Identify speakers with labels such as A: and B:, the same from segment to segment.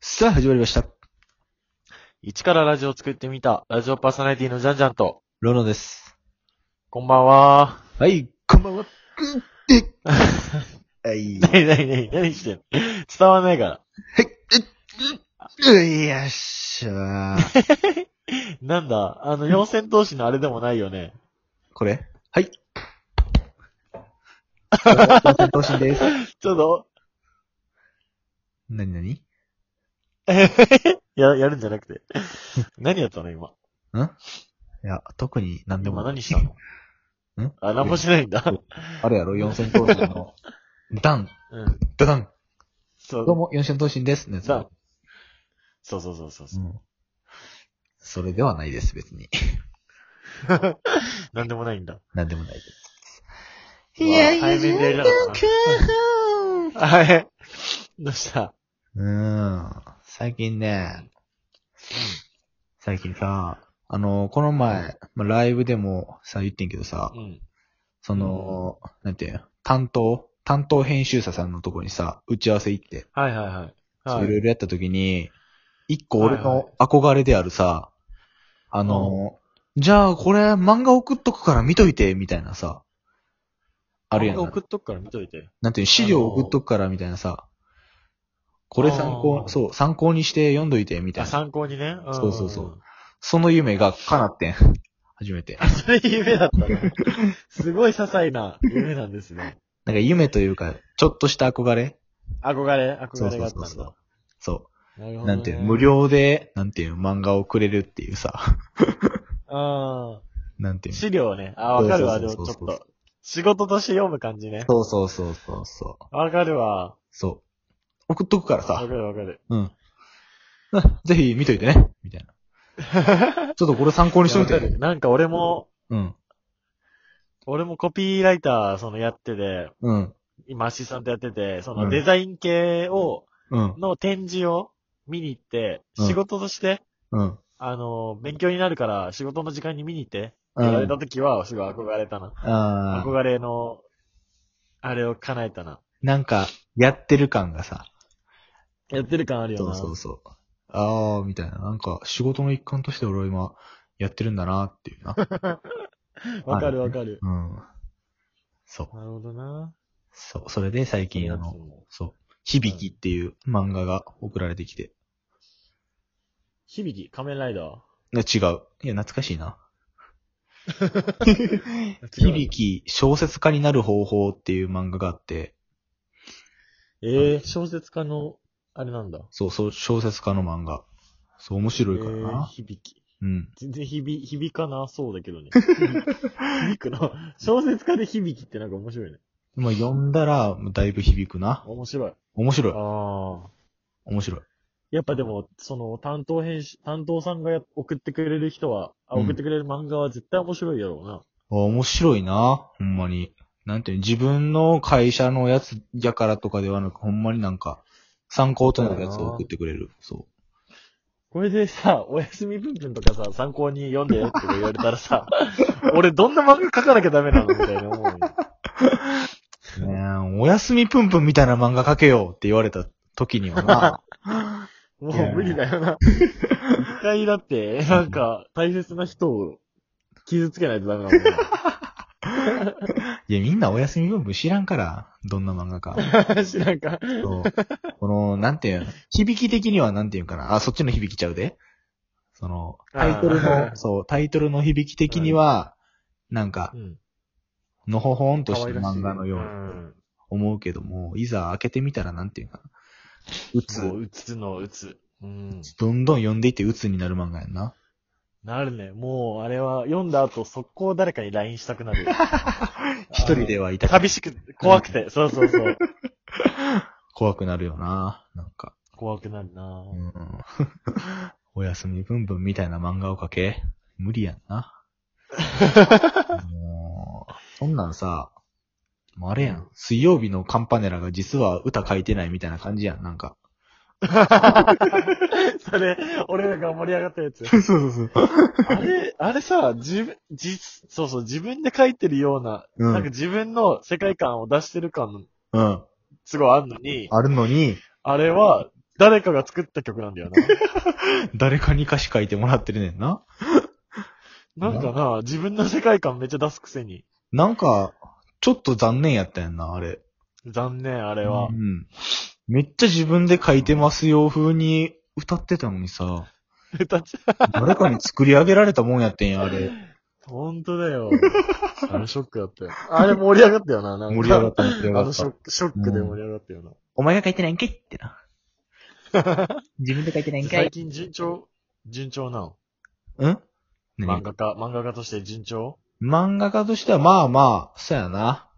A: さあ、始まりました。
B: 一からラジオを作ってみた、ラジオパーソナリティのジャンジャンと、
A: ロノです。
B: こんばんは。
A: はい、こんばん は。うんではい。
B: なになになに何してんの伝わんないから。
A: はい。よっしゃー。
B: なんだ、あの、四千頭身のあれでもないよね。
A: これ はい。どうも等身です。
B: ちょっと、
A: なになに
B: や、やるんじゃなくて。何やったの今。
A: いや、特に何でも
B: 今
A: ない。
B: 何したの
A: ん
B: あ、何もしないんだ。
A: あれやろ、四千頭身の。ダン、
B: うん。
A: ダダン。
B: そう。
A: どうも、四千頭身です。ね、
B: ダンそうそうそうそう
A: う
B: そ
A: ん。それではないです、別に。
B: う。何でもないんだ。
A: 何でもないです。
B: いやいやいやいやはい。どうした
A: うーん。最近ね、最近さ、あの、この前、まあ、ライブでもさ、言ってんけどさ
B: う、ん。
A: その、なんていうの担当、担当編集者さんのとこにさ、打ち合わせ行って、
B: はいはいはい。
A: そう
B: はい
A: ろ
B: い。
A: いろやった時に、一個俺
B: はいは
A: の憧れであるさ、あの、じゃあこれ漫画送っとくから見といて、みたいなさ、あるやん。
B: 送っとくから見といて。
A: なんていうの資料送っとくから、みたいなさ、これ参考
B: あ、ー
A: そう、参考にして読んどいて、みたい
B: あ、
A: な。
B: 参考にね。ん
A: そうそうそう。その夢が叶ってん。 初めて。
B: あ、それ夢だったの。すごい些細な夢なんですね。
A: なんか夢というか、ちょっとした憧れ
B: 憧れ、憧れがあったん
A: そうそうそう
B: だ。
A: そ
B: なる
A: う。
B: ほど、
A: な
B: ね。
A: んていうの無。料で、なんていうの漫画をくれるっていうさ、
B: うん。
A: なんていう
B: 資料ね。あ、わかるわ、で
A: そう
B: もち
A: そ
B: ょ
A: う
B: っ
A: そうそう
B: と。仕事として読む感じね。
A: のそうそうそうそうそう。
B: わかるわ。
A: そう。送っとくから
B: わか
A: さ、
B: るわかる。
A: うん。 あぜひ見といてね、みたいな。 ちょっとこれ参考にしとい
B: いやわか
A: て。
B: るなんか俺も、
A: うん。
B: 俺もコピーライター、そのやってて、
A: うん。
B: 今アシスタントやってて、そ
A: うん
B: のデザイン系を、
A: うん。
B: の展示を見に行って、
A: うん
B: 仕事として、
A: うん。
B: あの、勉強になるから仕事の時間に見に行って、って
A: うん
B: 言われた時は、すごい憧れたな。
A: あー
B: 憧れの、あれを叶えたな。
A: なんか、やってる感がさ、
B: やってる感あるよ
A: そう
B: な。
A: そうそう。ああ、みたいな。なんか、仕事の一環として俺は今、やってるんだなっていうな。
B: わかるわかる。
A: うん。そう。
B: なるほどな。
A: そう。それで最近、あの、そう。響きっていう漫画が送られてきて。
B: 響き、仮面ライダー。
A: いや違う。いや、懐かしいな。
B: 違
A: 響
B: う。
A: き、小説家になる方法っていう漫画があって、
B: ええー、小説家の、あれなんだ。
A: そうそう、小説家の漫画。そう、面
B: え
A: 白いから
B: ー、
A: な。
B: 響き。
A: うん。
B: 全然響、響かなそうだけど ね。響くな。小説家で響きってなんか面白いね。
A: まあ、読んだら、だいぶ響くな。
B: 面白い。
A: 面白い。
B: ああ。
A: 面白い。
B: やっぱでも、その、担当編集、担当さんがや送ってくれる人は、あ、
A: うん
B: 送ってくれる漫画は絶対面白いやろうな。
A: あ面白いな。ほんまに。なんていうの自分の会社のやつやからとかではなく、ほんまになんか、参考となるやつを送ってくれる。そ
B: これでさ、おやすみ文ンとかさ、参考に読んでよって言われたらさ、俺どんな漫画書かなきゃダメなのみたいな思うよ。
A: う。ねえおやすみぷんぷんみたいな漫画描けようって言われた時に はな。い
B: も
A: や
B: う無理だよな。一回だって、なんか、大切な人を傷つけないとダメなの。
A: いや、みんなおやすみぷんぷん知らんから、どんな漫画か。
B: 知らんか。
A: そうこの、なんていうの響き的にはなんていうんかな。あ、そっちの響きちゃうで。その、タイトル
B: あ
A: の、
B: ー
A: そう、タイトルの響き的には、なんか
B: う、ん。
A: のほほんとし
B: 可
A: た
B: 愛らしい。
A: 漫画のような。
B: ん
A: 思うけども、いざ開けてみたらなんていうかな。うつ。
B: もう、うつの、うつ。うん。
A: どんどん読んでいってうつになる漫画やんな。
B: なるね。もう、あれは、読んだ後、速攻誰かに LINE したくなる。
A: 一人ではいたく
B: 寂しく、怖くて。そうそうそう。
A: 怖くなるよな。なんか。
B: 怖くなるな
A: うん おやすみぶんぶんみたいな漫画を描け。無理やん な。もう、そんなんさ、もうあれやん。水曜日のカンパネラが実は歌書いてないみたいな感じやん。なんか。
B: それ、俺らが盛り上がったやつ。
A: そうそうそう。
B: あれ、あれさ、自分、じ、そうそう、自分で書いてるような、
A: うん
B: なんか自分の世界観を出してる感、
A: うん。
B: すごいあるのに、
A: あるのに、
B: あれは、誰かが作った曲なんだよ
A: 誰かに歌詞書いてもらってるねんな。
B: な。なんかな、自分の世界観めっちゃ出すくせに。
A: なんか、ちょっと残念やったやんな、あれ。
B: 残念、あれは
A: う。ん。めっちゃ自分で書いてますよ風に歌ってたのにさ、
B: 歌ち、
A: 誰かに作り上げられたもんやってんや、あれ。
B: ほんとだ よ。あれショックだったよ。あれ盛り上がったよな、なんか。
A: 盛り上がった、盛り上
B: あ
A: が
B: の
A: っ
B: ショッ
A: た。
B: ク、ショックで盛り上がったよな。
A: お前が書いてないんかいって な。自分で書いてないんか
B: 最
A: い。
B: 近順調、順調なの
A: うん
B: 漫
A: 何
B: 画家、漫画家として順調
A: 漫画家としてはまあまあ、そうやな。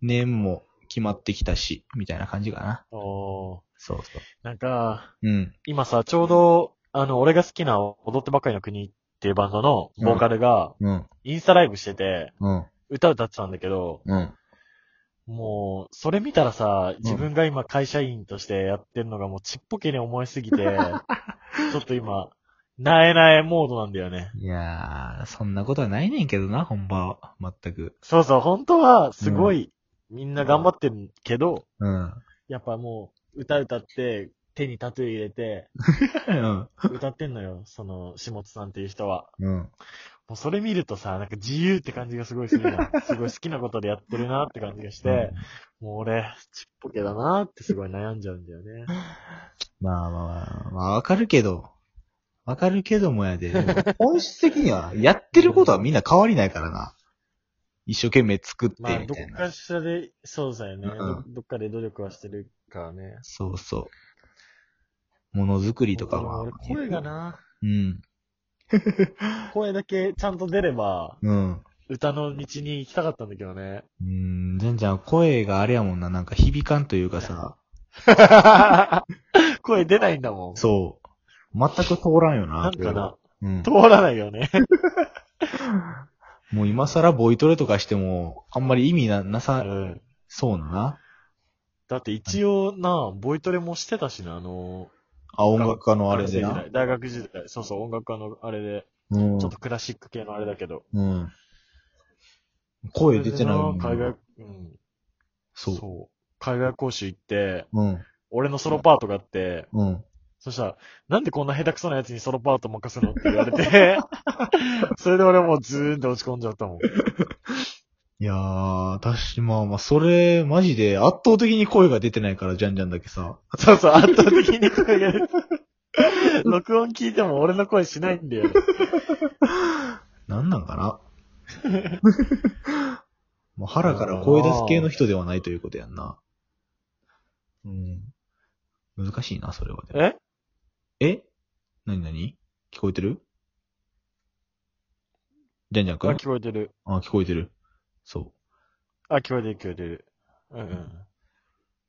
A: ネームも決まってきたし、みたいな感じかな。
B: おー。
A: そうそう。
B: なんか、
A: うん。
B: 今さ、ちょうど、あの、俺が好きな踊ってばかりの国っていうバンドのボーカルが、
A: うん。
B: インスタライブしてて、
A: うん。
B: 歌歌ってたんだけど、
A: うん。
B: もう、それ見たらさ、自分が今会社員としてやってるのがもうちっぽけに思いすぎ て、ちょっと今、なえなえモードなんだよね。
A: いやー、そんなことはないねんけどな、本場は。全く。
B: そうそう、本当は、すごい、みんな頑張ってるけど、
A: うん。
B: やっぱもう、歌歌って、手にタトゥー入れて、
A: うん。
B: 歌ってんのよ、その、下津さんっていう人は。
A: うん。
B: もうそれ見るとさ、なんか自由って感じがすごいするな。 すごい好きなことでやってるなって感じがして、もう俺、ちっぽけだなってすごい悩んじゃうんだよね。
A: まあまあまあ、まあわかるけど。わかるけどもやで。でも本質的には、やってることはみんな変わりないからな。一生懸命作って、み
B: まあ、ど
A: たい
B: っ
A: な。
B: かしらで、そうだよね、
A: うん
B: ど。どっかで努力はしてるからね。
A: そうそう。ものづくりとかは。
B: 俺声が。な、
A: うん。
B: 声だけちゃんと出れば、
A: うん。
B: 歌の道に行きたかったんだけ どね。
A: うん、全然声があれやもんな、なんか響かんというかさ、
B: 声出ないんだもん。
A: そう。全く通らんよな。
B: なんかな、
A: うん。
B: 通らないよね。
A: もう今更ボイトレとかしても、あんまり意味な、な
B: う
A: さ、
B: ん。
A: そうなな。
B: だって一応な、ボイトレもしてたしな、あの、
A: あ、音楽家のあれで
B: 学生
A: な
B: 時。代大学時代、そうそう、音楽家のあれで、
A: うん
B: ちょっ。とクラシック系のあれだけど。
A: うん。声出てないもん
B: それでな海外、うん。
A: そう。
B: 海外講習行って、
A: うん。
B: 俺のソロパートがあって、
A: うん。
B: そしたら、なんでこんな下手くそなやつにソロパート任せるのって言わ れて、それで俺もうズーンって落ち込んじゃったもん。
A: いやー、私、まあまあ、それ、マジで、圧倒的に声が出てないから、じゃんじゃんだけさ。
B: そうそう、圧倒的に声が出る。 録音聞いても俺の声しないんだよ。
A: なんなんかな もう腹から声出す系の人ではないということやんな。うん。難しいな、それはでも。
B: え
A: え何何聞こえてるじゃんじゃん
B: あ、
A: くん
B: 聞こえてる。
A: あ、聞こえてる。そう。
B: あ、聞こえてる、聞こえてる。うんうん。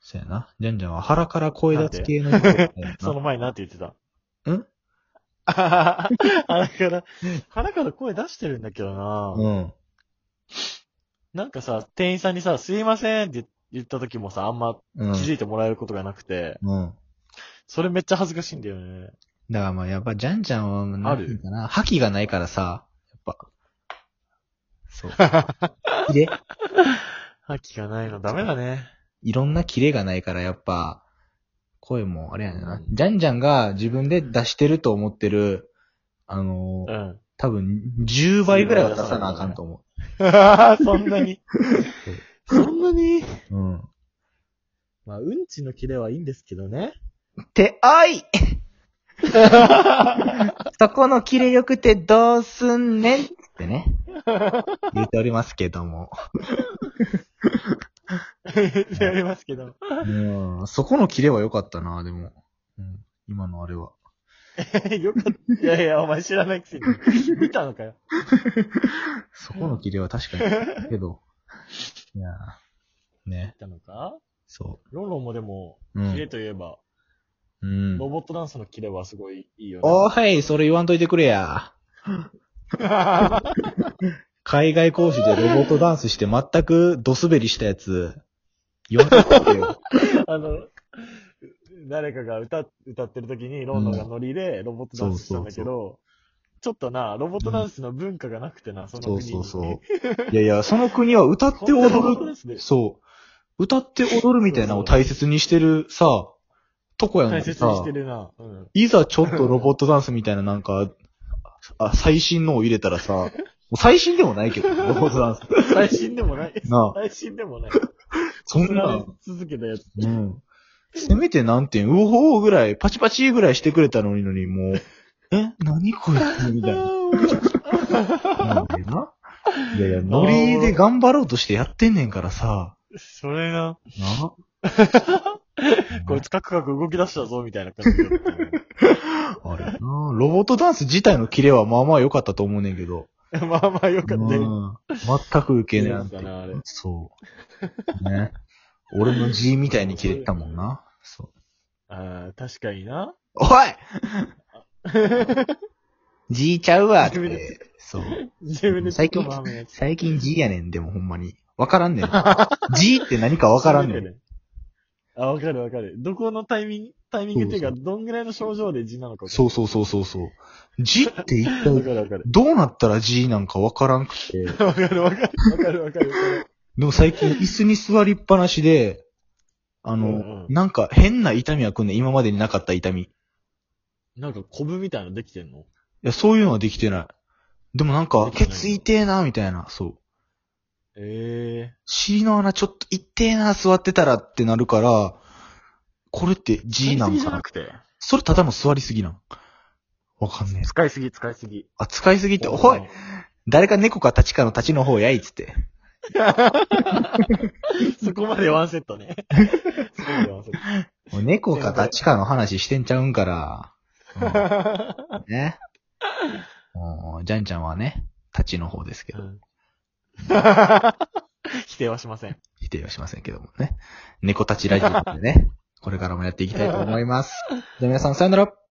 A: そやな。じゃんじゃんは腹から声出す系の人ではないよな
B: その前なんて言ってた
A: ん
B: あ腹から、腹から声出してるんだけどな、
A: うん。
B: なんかさ、店員さんにさ、すいませんって言った時もさ、あんま
A: うん
B: 気。づいてもらえることがなくて、
A: うん。
B: それめっちゃ恥ずかしいんだよね。
A: だからまあ、やっぱ、じゃんじゃんは、なんていうかな、覇気がないからさ、やっぱ。 そう。キレ
B: 覇気がないのダメだね。
A: いろんなキレがないから、やっぱ、声も、あれやねん
B: う。
A: なんじゃんじゃんが自分で出してると思ってる、あの
B: う、ん。
A: 多分、10倍ぐらいは出さなあかんと思
B: そんな に。そんなに。
A: う。うん。
B: まあ、うんちのキレはいいんですけど ね。
A: て、おいそこのキレよくてどうすんねんって ね。言っておりますけども。
B: やりますけど。
A: うん。そこのキレは良かったな、でも。うん。今のあれは。
B: よかった。いやいや、お前知らないくせに。見たのかよ。
A: そこのキレは確かに。けど。いやーね
B: 見、たのか
A: そ
B: ロンロンもでも、
A: う。うん。
B: キレといえば、
A: うん。
B: ロボットダンスのキレはすごいいいよ
A: お
B: ね。
A: ーい、それ言わんといてくれや。海外講師でロボットダンスして全くドスベリしたや つ、言わんといてくれよ。
B: あの、誰かが歌、歌ってる時にロンロンがノリでロボットダンスしたんだけ
A: そうそ
B: ど、ちょっとな、ロボットダンスの文化がなくてな、その
A: そ
B: 国
A: う
B: に。
A: そうそう。いやいや、その国は歌って
B: こんなロボ
A: 踊
B: ットダ
A: る、
B: ンスで
A: そう。歌って踊るみたいなのを大切にしてるさ、とこやの
B: 大
A: にさ
B: 切にしてるな。うん。
A: いざちょっとロボットダンスみたいななんか、あ、最新のを入れたら さ、もう最新でもないけど、ロボットダンス。
B: 最新でもない。
A: なあ、
B: 最新でもない。
A: そん
B: 作られ
A: な、
B: 続けたやつ。
A: うん。せめてなんていう、うおーぐらい、パチパチぐらいしてくれたのにのに、もう、え何これみたいな。なんでないやい や、ノリで頑張ろうとしてやってんねんからさ。
B: それな、
A: な
B: こいつカクカク動き出したぞ、みたいな感じだったね。
A: あれなロボットダンス自体のキレはまあまあ良かったと思うねんけど。
B: まあまあよか
A: う
B: っ
A: ん
B: たよ。
A: 全く受けない
B: なんだな、あれ。
A: そう。ね。俺の G みたいに切れてたもんな。そう。
B: ああ、確か にな。
A: おい G ちゃうわって。そう。
B: 自分で
A: 最近
B: 突っ込む雨のやつ
A: 最近 G やねん、でもほんまに。わからんねん。G って何かわからん ねん。
B: あ、わかるわかる。どこのタイミング、タイミングっていうか、どんぐらいの症状で字なのかわか
A: そうそうそうそうそう。G って一
B: る。
A: 体、
B: わかるわかる。
A: どうなったら G なんかわからんくて。
B: わかるわかる。わかるわかる。
A: でも最近椅子に座りっぱなしで、あの、
B: うんうん
A: なんか変な痛みは来んねん。今までになかった痛み。い
B: なんかコブみたいなのできてんの
A: や、そういうのはできてない。でもなんか、ケ
B: できてない
A: ツ痛えな、みたいな、そう。
B: え
A: 尻の穴ちょっと痛えな、座ってたらってなるから、これって G なのかな
B: くて。
A: それただの座りすぎなんわかんねえ。
B: 使いすぎ、使いすぎ。
A: あ、使いすぎって、おい誰か猫か立ちかの立ちの方やいっつって。
B: そこまでワンセッ トね。そこ までワンセッ
A: もう猫か立ちかの話してんちゃうん から。
B: ト。
A: うんね。もうジャンちゃんはね、立ちの方ですけど、
B: 否定はしません。
A: 否定はしませんけどもね。猫立ちラジオでね、これからもやっていきたいと思います。じゃあ皆さんさよなら。